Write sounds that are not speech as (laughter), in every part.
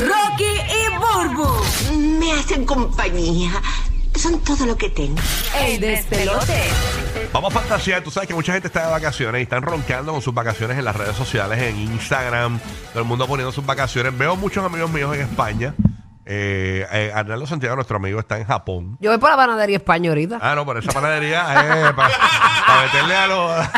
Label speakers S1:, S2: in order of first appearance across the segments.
S1: Rocky y Burbu.
S2: Me hacen compañía. Son todo lo que tengo.
S1: El
S3: este
S1: despelote.
S4: Vamos a fantasear. Tú sabes que mucha gente está de vacaciones y están roncando con sus vacaciones en las redes sociales, en Instagram. Todo el mundo poniendo sus vacaciones. Veo muchos amigos míos en España. Eh, eh, Arnaldo Santiago, nuestro amigo, está en Japón.
S3: Yo voy para la panadería
S4: (laughs)
S3: españolita.
S4: Ah, no, pero esa panadería es para meterle a los.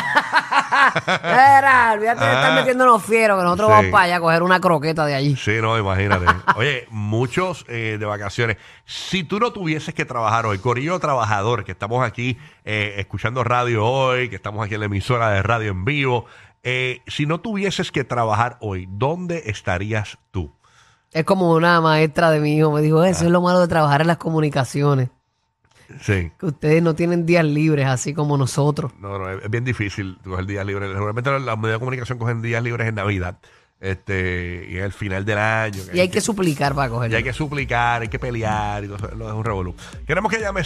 S3: Era, olvídate de estar
S4: Ah.
S3: metiéndonos fieros, que nosotros
S4: Sí.
S3: vamos para allá a coger una croqueta de allí.
S4: Sí,
S3: (laughs)
S4: no, imagínate. Oye, muchos eh, de vacaciones. Si tú no tuvieses que trabajar hoy, Corillo Trabajador, que estamos aquí eh, escuchando radio hoy, que estamos aquí en la emisora de radio en vivo, eh, si no tuvieses que trabajar hoy, ¿dónde estarías tú?
S3: Es como una maestra de mi hijo me dijo, "Eh, eso es lo malo de trabajar en las comunicaciones,
S4: Sí.
S3: que ustedes no tienen días libres así como nosotros.
S4: No, no, es es bien difícil coger días libres. Seguramente los- los medios de comunicación cogen días libres en Navidad. Este, y es el final del año.
S3: Y hay que suplicar para
S4: Y hay
S3: cogerlo.
S4: que suplicar, hay que pelear, y todo eso, no, es un revolú. Queremos que llame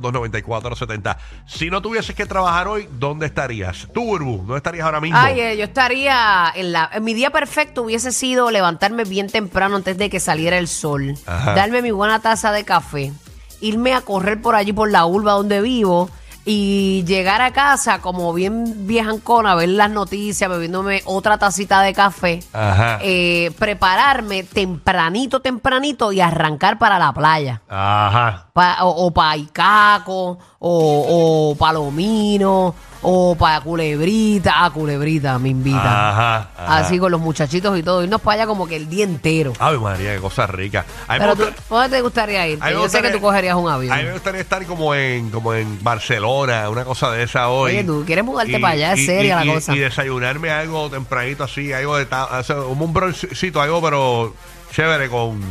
S4: 787-622-9470. Si no tuvieses que trabajar hoy, ¿dónde estarías? Tú, Urbu, ¿dónde estarías ahora mismo?
S3: Ay, eh, yo estaría en la... en mi día perfecto hubiese sido levantarme bien temprano antes de que saliera el sol,
S4: Ajá.
S3: darme mi buena taza de café, irme a correr por allí por la urba donde vivo y llegar a casa como bien viejancona, ver las noticias, bebiéndome otra tacita de café.
S4: Ajá.
S3: eh, prepararme tempranito, tempranito y arrancar para la playa.
S4: Ajá.
S3: Pa- o, para Icaco, o, o Palomino, o para Culebrita. Ah, Culebrita me invita.
S4: Ajá. ajá.
S3: Así con los muchachitos y todo. Irnos para allá como que el día entero.
S4: Ay, María, qué cosa rica. A mí me
S3: Pero tú,
S4: gusta-
S3: ¿dónde te gustaría ir?
S4: a mí me
S3: Yo sé que
S4: gustaría-
S3: tú cogerías un avión.
S4: A mí me gustaría estar como en, como en Barcelona, una cosa de esa hoy.
S3: Oye, tú quieres mudarte para allá, es seria la
S4: y-
S3: cosa.
S4: Y desayunarme algo tempranito así, algo de ta- o sea, como un broncito, algo pero chévere con...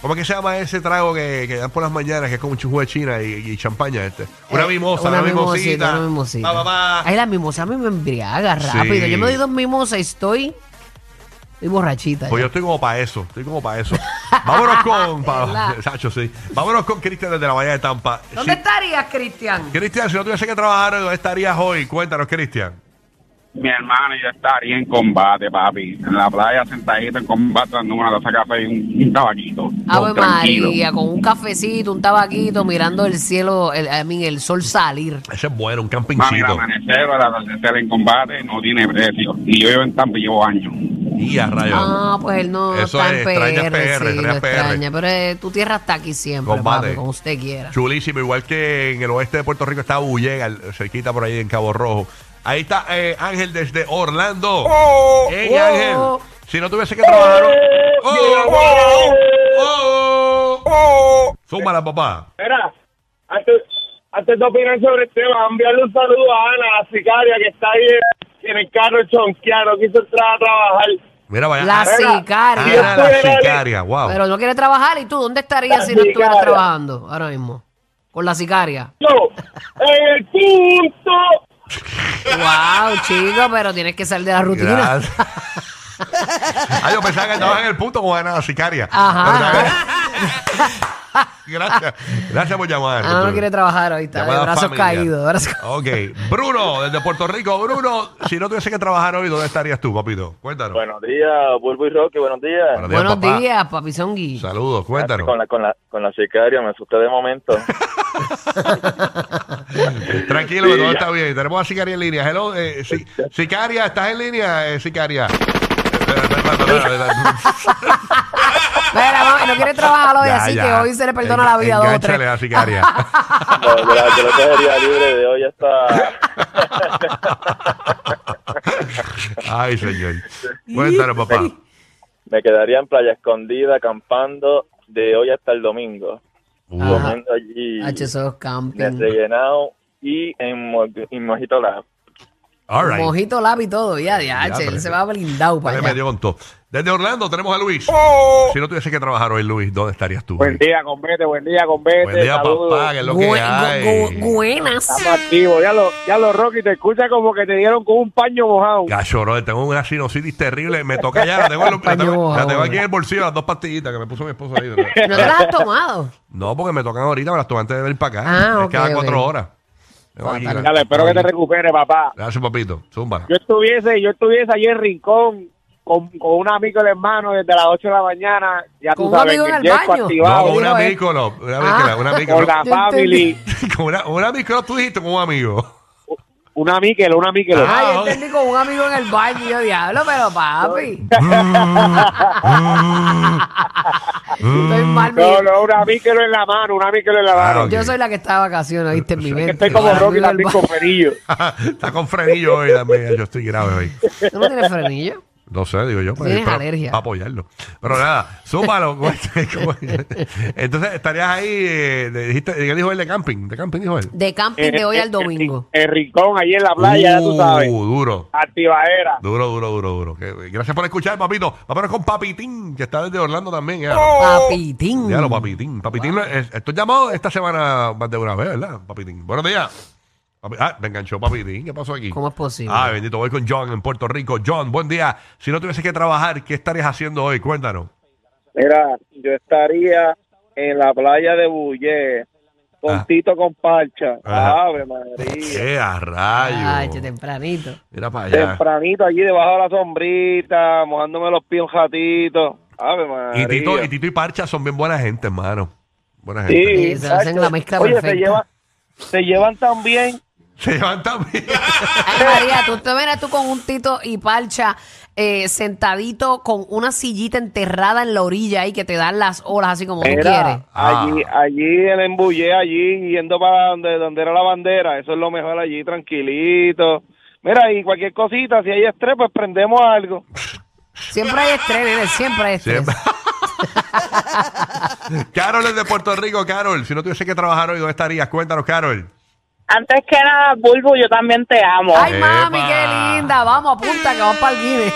S4: ¿Cómo es que se llama ese trago que, que dan por las mañanas? Que es como un chujú de china y, y champaña. este Una
S3: Eh,
S4: mimosa,
S3: una
S4: una, mimosita.
S3: Una mimosita.
S4: Pa, pa, pa.
S3: Ay, la mimosa a mí me embriaga
S4: Sí.
S3: rápido. Yo me doy dos mimosas y estoy, estoy borrachita.
S4: Pues yo
S3: ya.
S4: estoy como para eso, estoy como para
S3: (laughs)
S4: eso. Vámonos con... pa-
S3: ¿Verdad?
S4: (laughs) Sacho, sí. Vámonos con Cristian desde la Bahía de Tampa.
S3: ¿Dónde
S4: Sí.
S3: estarías, Cristian?
S4: Cristian, si no tuviese que trabajar, ¿dónde estarías hoy? Cuéntanos, Cristian.
S5: Mi hermano, yo estaría en combate, papi. En la playa sentadito en combate, dando una taza de café y un, un tabaquito.
S3: Ave
S5: Con- tranquilo.
S3: María, con un cafecito, un tabaquito, mirando el cielo, el, I mean, el sol salir.
S4: Ese es bueno, un
S5: Mami, el
S4: campingcito.
S5: amanecer o el atardecer en combate no tiene precio. Y yo llevo en Tampa y llevo años.
S4: Y a rayos.
S3: Ah, pues él no
S4: Eso
S3: está
S4: es,
S3: en PR,
S4: extraña PR,
S3: sí, lo
S4: extraña PR.
S3: extraña, pero eh, tu tierra está aquí siempre,
S4: Combate.
S3: papi, como usted quiera.
S4: Chulísimo, igual que en el oeste de Puerto Rico está Bullega, el- cerquita por ahí en Cabo Rojo. Ahí está eh, Ángel desde Orlando. Hey,
S3: Oh.
S4: Ángel, si no tuviese que trabajar. Oh, oh, oh, oh. Súmala, papá.
S6: Mira, antes, antes de opinar sobre el tema, enviarle un saludo a Ana, la sicaria que está ahí en, en el carro chonqueado, quiso entrar a trabajar.
S4: Mira, vaya.
S3: La
S4: Ana-
S3: sicaria.
S4: Ana, la sicaria, wow.
S3: Pero no quiere trabajar y tú, ¿dónde estarías
S6: La
S3: si no estuvieras
S6: sicaria.
S3: trabajando ahora mismo? Con la sicaria.
S6: No, en el punto.
S3: Wow, chico, pero tienes que salir de la rutina. (laughs)
S4: Gracias. Ah, yo pensaba que estabas en el punto como Ana, la sicaria.
S3: Ajá.
S4: Pero está bien.
S3: (laughs)
S4: Gracias. Gracias por llamar.
S3: Ah, no quiere trabajar hoy, está de
S4: Llamada
S3: brazos
S4: familiar. Oh,
S3: caídos. de brazos-
S4: Ok. Bruno, desde Puerto Rico. Bruno, si no tuviese que trabajar hoy, ¿dónde estarías tú, papito? Cuéntanos.
S7: Buenos días, Bulbo y Rocky, buenos días.
S3: Buenos
S4: papá.
S3: días, papi Songui.
S4: Saludos, cuéntanos.
S7: Con la, con, la, con la sicaria me asusté de momento.
S4: Tranquilo, que todo está bien. Tenemos a Sicaria en línea. Hello, eh, si- Sicaria, ¿estás en línea,
S3: (laughs)
S4: eh, Sicaria? Espera, espera, espera, espera, espera.
S3: Mira, mami, no quiere trabajar hoy, así que hoy se le perdona la vida a dos o
S4: Engánchale
S3: tres.
S4: a Sicaria.
S3: (laughs)
S7: No, de la, de la cogería libre de hoy hasta...
S4: (laughs) Ay, señor. Cuéntanos, papá.
S7: Me quedaría en Playa Escondida acampando de hoy hasta el domingo.
S4: Uh,
S3: Ajá.
S7: Comiendo allí
S3: H, eso es
S7: de
S3: camping.
S7: rellenado y en, mo- en Mojito Lab.
S4: all right.
S3: Mojito lab y todo, ya de
S4: Ya,
S3: H,
S4: pero-
S3: él se va blindado para
S4: Dale,
S3: allá.
S4: me dio con todo. Desde Orlando tenemos a Luis. Si no tuviese que trabajar hoy, Luis, ¿dónde estarías tú?
S6: Oh. Buen día, combate, buen día, combate.
S4: Buen día,
S6: saludos.
S4: papá, que es lo
S3: Bue-
S4: que
S3: gu-
S4: hay.
S3: gu- buenas.
S6: Estamos activos, ya lo, ya lo Rocky te escucha como que te dieron con un paño mojado.
S4: Gacho, bro, tengo una sinusitis terrible. Me toca ya, la tengo, en lo- la tengo- la tengo aquí en el bolsillo, las dos pastillitas que me puso mi esposo
S3: (laughs)
S4: ahí.
S3: ¿No te las has tomado?
S4: No, porque me tocan ahorita, me las tomo antes de venir para acá.
S3: Ah,
S4: es
S3: ok,
S4: cada
S3: ok.
S4: cuatro horas. Tengo aquí,
S3: Fatal.
S6: pues. Dale, espero que te recupere, papá.
S4: Gracias, papito. Zumba.
S6: Yo estuviese, yo estuviese allí en Rincón con, con un amigo el hermano desde las 8 de la mañana, ya
S3: Con
S6: tú
S3: un
S6: sabes,
S3: amigo
S6: que
S3: en el
S6: Jesco
S3: baño.
S4: No,
S6: activado,
S4: con una
S3: Digo, eh.
S4: amigo, no. Una
S3: Ah.
S4: amigo, una amigo,
S6: con
S4: no.
S6: la
S3: Yo entendí.
S6: family,
S4: (laughs) Con una, una amigo, no, tú dijiste con
S6: (laughs)
S4: un amigo.
S6: una Miquel, una Miquel.
S3: (laughs)
S4: Ah,
S3: Ay,
S4: ok.
S3: entendí con un amigo en el baño, yo diablo, pero papi. Estoy mal, mi-
S6: No, no, una Miquel en la mano, una Miquel en la mano.
S4: Ah, ok.
S3: Yo soy la que está de vacaciones, ¿viste? En mi
S6: Es que
S3: mente.
S6: estoy como
S3: El
S6: Rocky
S3: amigo del
S6: también
S3: baño.
S6: con Perillo.
S4: Está con frenillo hoy también. Yo estoy grave hoy.
S3: ¿Tú no tienes frenillo?
S4: No sé, digo yo.
S3: Tienes
S4: para,
S3: alergia.
S4: para apoyarlo. Pero nada, súmalo. con este- (laughs) con- Entonces estarías ahí. eh, de- dijiste, ¿Qué dijo él de camping? ¿De camping dijo él?
S3: De
S7: Eh,
S3: camping de hoy
S6: Eh,
S3: al domingo.
S6: El, rincón ahí en la playa, ya tú sabes.
S4: Uh, duro.
S6: Activadera.
S4: Duro, duro, duro, duro. Que- Gracias por escuchar, papito. Vámonos con Papitín, que está desde Orlando también. Ya.
S6: eh, Oh.
S3: Papitín.
S4: Ya lo, Papitín. Papitín, es- esto es llamado esta semana más de una vez, ¿verdad? Papitín. Buenos días. Papi- ah, te enganchó Papitín. ¿Qué pasó aquí?
S3: ¿Cómo es posible?
S4: Ay, Ah, bendito, voy con John en Puerto Rico. John, buen día. Si no tuvieses que trabajar, ¿qué estarías haciendo hoy? Cuéntanos.
S7: Mira, yo estaría en la playa de Bulle con
S4: Ah.
S7: Tito con Parcha.
S4: Ajá.
S7: Ave María.
S4: ¡Qué a rayos!
S3: Ay, che, tempranito.
S4: Mira para allá.
S7: Tempranito allí debajo de la sombrita, mojándome los pies un ratito. Ave María.
S4: Y Tito, y Tito y Parcha son bien buena gente, hermano. Buena gente.
S7: Sí,
S3: Sí, se hacen
S7: chacho.
S3: la mezcla
S7: Oye, se,
S3: perfecta.
S7: lleva, se llevan tan bien.
S4: Se levantan bien.
S3: Ay, María, tú te verás tú con un tito y parcha eh, sentadito con una sillita enterrada en la orilla ahí que te dan las olas así como tú quieres.
S7: Era allí,
S4: Ah.
S7: allí en Embullé, allí yendo para donde, donde era la bandera, eso es lo mejor allí, tranquilito. Mira, y cualquier cosita, si hay estrés, pues prendemos algo.
S3: Siempre hay estrés, nene, siempre hay estrés. (laughs)
S4: Siempre. Carol es de Puerto Rico, Carol. Si no tuviese que trabajar hoy, ¿dónde estarías? Cuéntanos, Carol.
S8: Antes que nada, Bulbu, yo también te amo.
S3: Ay, mami,
S4: Epa.
S3: qué linda. Vamos, apunta que vamos para el Guinness.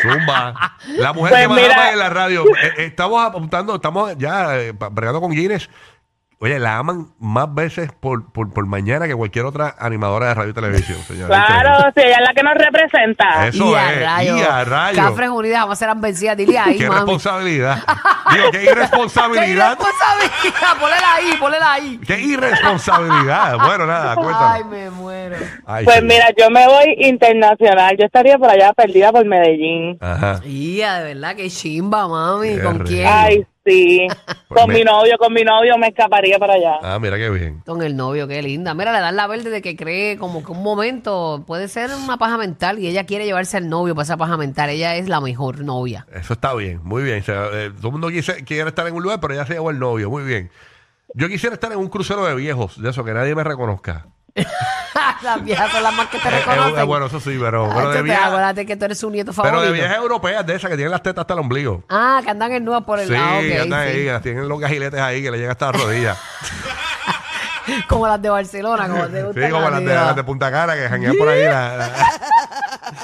S4: Zumba. La mujer
S8: Pues
S4: que más ama
S8: mira.
S4: en la radio. Eh, eh, estamos apuntando, estamos ya eh, pa- bregando con Guinness. Oye, la aman más veces por, por, por mañana que cualquier otra animadora de radio y televisión, señora.
S8: Claro, si ella es la que nos representa.
S4: Eso es. Y a rayos.
S3: Cafres Unidas, vamos a ser vencidas. Dile ahí,
S4: (laughs) Qué
S3: mami. (laughs)
S4: responsabilidad. Digo, qué
S3: ¡Qué
S4: irresponsabilidad.
S3: irresponsabilidad! Ponela ahí, ponela ahí.
S4: qué irresponsabilidad. Bueno, nada,
S3: Ay,
S4: cuéntame.
S3: me muero.
S8: Pues mira, yo me voy internacional. Yo estaría por allá perdida por Medellín.
S4: Ajá.
S3: Ya, de verdad, qué chimba, mami.
S4: Qué
S3: ¿Con
S4: rico.
S3: quién?
S8: Ay, sí.
S4: Pues
S8: Con
S4: me-
S8: mi novio, con mi novio me escaparía para allá.
S4: Ah, mira qué bien.
S3: Con el novio, qué linda. Mira, le dan la verde de que cree como que un momento puede ser una paja mental y ella quiere llevarse al novio para esa paja mental. Ella es la mejor novia. (laughs)
S4: Eso está bien, muy bien. O sea, eh, todo el mundo quise- quiere estar en un lugar, pero ya se llevó el novio, muy bien. Yo quisiera estar en un crucero de viejos, de eso, que nadie me reconozca.
S3: las viejas son las más que te
S4: Eh, eh,
S3: reconocen.
S4: eh, bueno, eso sí, pero,
S3: Ah,
S4: pero de
S3: esto te-
S4: viejas,
S3: acuérdate que tú eres su nieto
S4: pero
S3: favorito.
S4: de viejas europeas, de esas que tienen las tetas hasta el ombligo.
S3: Ah, que andan en nueva por el
S4: Sí,
S3: lado. ok,
S4: andan
S3: sí.
S4: ahí, las tienen los gajiletes ahí que le
S3: (laughs)
S4: llegan hasta las rodillas.
S3: Como las de Barcelona, como te
S4: Sí,
S3: gustan
S4: como las de,
S3: nuevas.
S4: las de Punta Cara que janguean por ahí. la-
S3: (laughs)
S4: (laughs) la-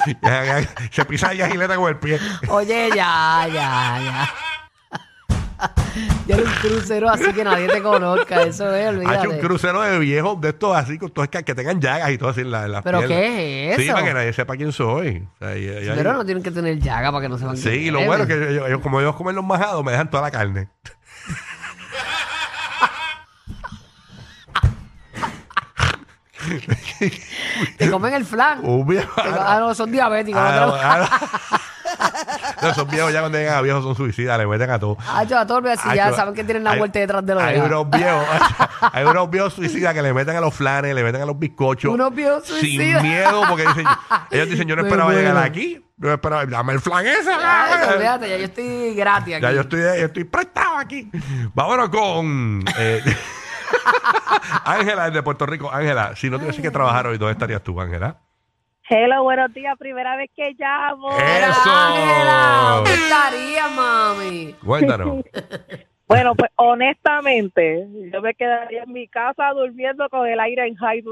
S4: que janguean- se pisa el gajilete con el pie.
S3: Oye, ya, ya, ya. (laughs) Ya era un crucero así que nadie te conozca, eso es,
S4: Hay un
S3: olvídate.
S4: crucero de viejos de estos así, con todos que, que tengan llagas y todo así en, la, en las
S3: ¿Pero
S4: piernas.
S3: qué es
S4: Sí,
S3: eso?
S4: para que nadie sepa quién soy. O sea, y- y-
S3: Pero no tienen que tener llaga para que no se van
S4: sí, y lo bueno es que ellos- ellos- como ellos comen los majados, me dejan toda la carne.
S3: Te comen el flan.
S4: Un
S3: (laughs)
S4: viejo-
S3: Te co- Ah, no, son diabéticos.
S4: Uh, Ah,
S3: no
S4: no,
S3: te lo-
S4: ah, no. (laughs) No, esos viejos ya cuando llegan a viejos son suicidas, le meten a todo.
S3: (laughs) Ah, yo a todos los si
S4: Ay,
S3: ya
S4: yo-
S3: saben que tienen la
S4: hay-
S3: muerte detrás de los
S4: Hay unos
S3: (laughs)
S4: viejos, (laughs) hay unos viejos suicidas que le meten a los flanes, le meten a los bizcochos.
S3: Unos viejos
S4: Sin
S3: suicidas.
S4: miedo, porque dicen, ellos dicen, yo
S3: (laughs)
S4: no
S3: Me
S4: esperaba
S3: muero.
S4: llegar aquí. No esperaba, dame el flan ese.
S3: Ay, olvídate, ya yo estoy gratis aquí.
S4: Ya yo estoy, yo estoy prestado aquí. Vámonos con
S3: (laughs)
S4: eh, Ángela es de Puerto Rico. Ángela, si no tuvieses que trabajar hoy, ¿dónde estarías tú, Ángela?
S8: Hello, buenos días. Primera vez que llamo.
S4: Eh.
S3: Mira,
S4: ¡Eso!
S3: Ángela,
S4: Oh.
S3: ¿dónde estaría, mami?
S4: Cuéntanos.
S8: Bueno, pues honestamente, yo me quedaría en mi casa durmiendo con el aire en high.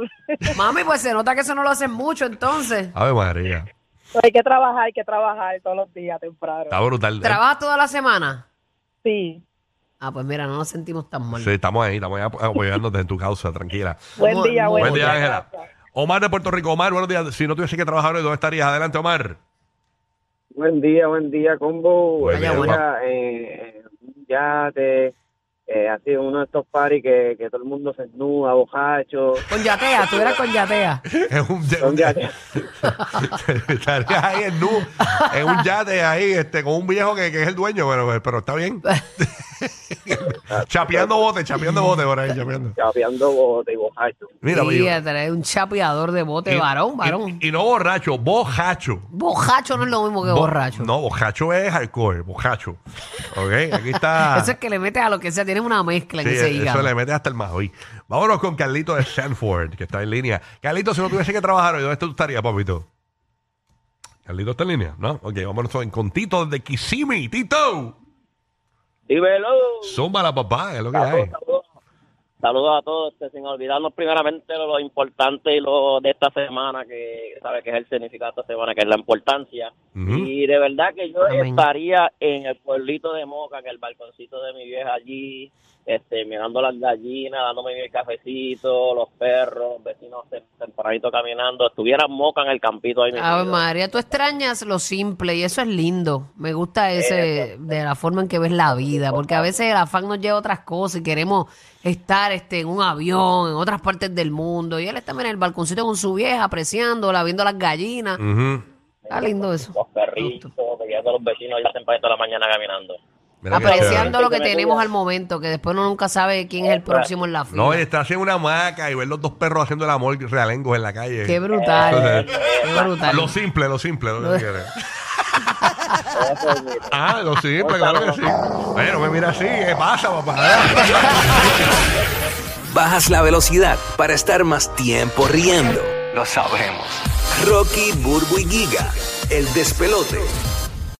S3: Mami, pues se nota que eso no lo hacen mucho, entonces.
S4: Ave María.
S8: (laughs) hay que trabajar, hay que trabajar todos los días temprano.
S4: Está brutal.
S3: ¿Trabajas toda la semana?
S8: Sí.
S3: Ah, pues mira, no nos sentimos tan mal.
S4: Eh, Sí, estamos ahí, estamos ahí ap- apoyándote en tu causa, tranquila.
S8: Buen día,
S3: Buen
S8: buen
S4: Buen día,
S8: día.
S4: Ángela.
S8: gracias.
S4: Omar de Puerto Rico. Omar, buenos días. Si no tuviese que trabajar hoy, ¿dónde estarías? Adelante, Omar.
S9: Buen día, buen día, combo.
S4: Buen
S9: Eh,
S4: día,
S9: mira, eh, un yate, eh, ha sido uno de estos paris que, que todo el mundo se desnuda, (laughs) bojacho.
S3: Con Yatea, tú eras con Yatea.
S4: (laughs) Es un
S9: Son de allá.
S4: Estarías ahí en nu, en un yate ahí, este, con un viejo que, que es el dueño, pero, pero está bien. chapeando bote, chapeando bote por ahí, chapeando.
S9: Chapeando bote y bojacho.
S4: Mira,
S3: Sí, este,
S4: oye,
S3: eres un chapeador de bote, varón, varón.
S4: y, y no borracho, bojacho.
S3: Bojacho no es lo mismo que
S4: Bo-
S3: borracho.
S4: No, bojacho es alcohol, bojacho. Ok, aquí está.
S3: (laughs) Eso es que le metes a lo que sea, tienes una mezcla en
S4: Sí,
S3: ese
S4: eso
S3: hígado.
S4: le metes hasta el más hoy. Vámonos con Carlito de Sanford, que está en línea. Carlito, si no tuviese que trabajar hoy, ¿dónde tú estarías, papito? Carlito está en línea, ¿no? Ok, vámonos con- con Tito de Kisimi. ¡Tito!
S9: Dímelo.
S4: Zumba la papá, es lo que
S9: Saludos,
S4: hay.
S9: saludos. Saludos a todos, este, sin olvidarnos primeramente lo, lo importante y lo de esta semana, que sabe que es el significado de esta semana, que es la importancia.
S4: Ujú.
S9: Y de verdad que yo
S3: Amén.
S9: estaría en el pueblito de Moca, en el balconcito de mi vieja allí, este, mirando las gallinas, dándome mi cafecito, los perros, vecinos tem- tempranito caminando, estuviera en Moca en el campito ahí. mi
S3: Ave
S9: querido.
S3: María, tú extrañas lo simple y eso es lindo. Me gusta ese de la forma en que ves la vida, porque a veces el afán nos lleva a otras cosas y queremos estar este en un avión, en otras partes del mundo. Y él está mira, en el balconcito con su vieja, apreciándola, viendo las gallinas.
S4: Ujú.
S3: Está lindo eso.
S9: Los perritos, mirando a los vecinos ya tempranito de la mañana caminando.
S4: Mira qué chévere.
S3: Apreciando lo que tenemos al momento, que después uno nunca sabe quién es el próximo en la fila.
S4: No, este, y estar haciendo una maca y ver los dos perros haciendo el amor realengos en la calle.
S3: Qué
S4: (laughs)
S3: brutal.
S4: Entonces,
S3: Qué brutal.
S4: Lo simple, lo simple, lo que quieres.
S9: Eso es mi-
S4: Ah, lo simple, claro que sí. Bueno, me mira así, ¿qué pasa, papá?
S3: (laughs)
S10: Bajas la velocidad para estar más tiempo riendo. Lo sabemos. Rocky, Burbu y Giga, el despelote.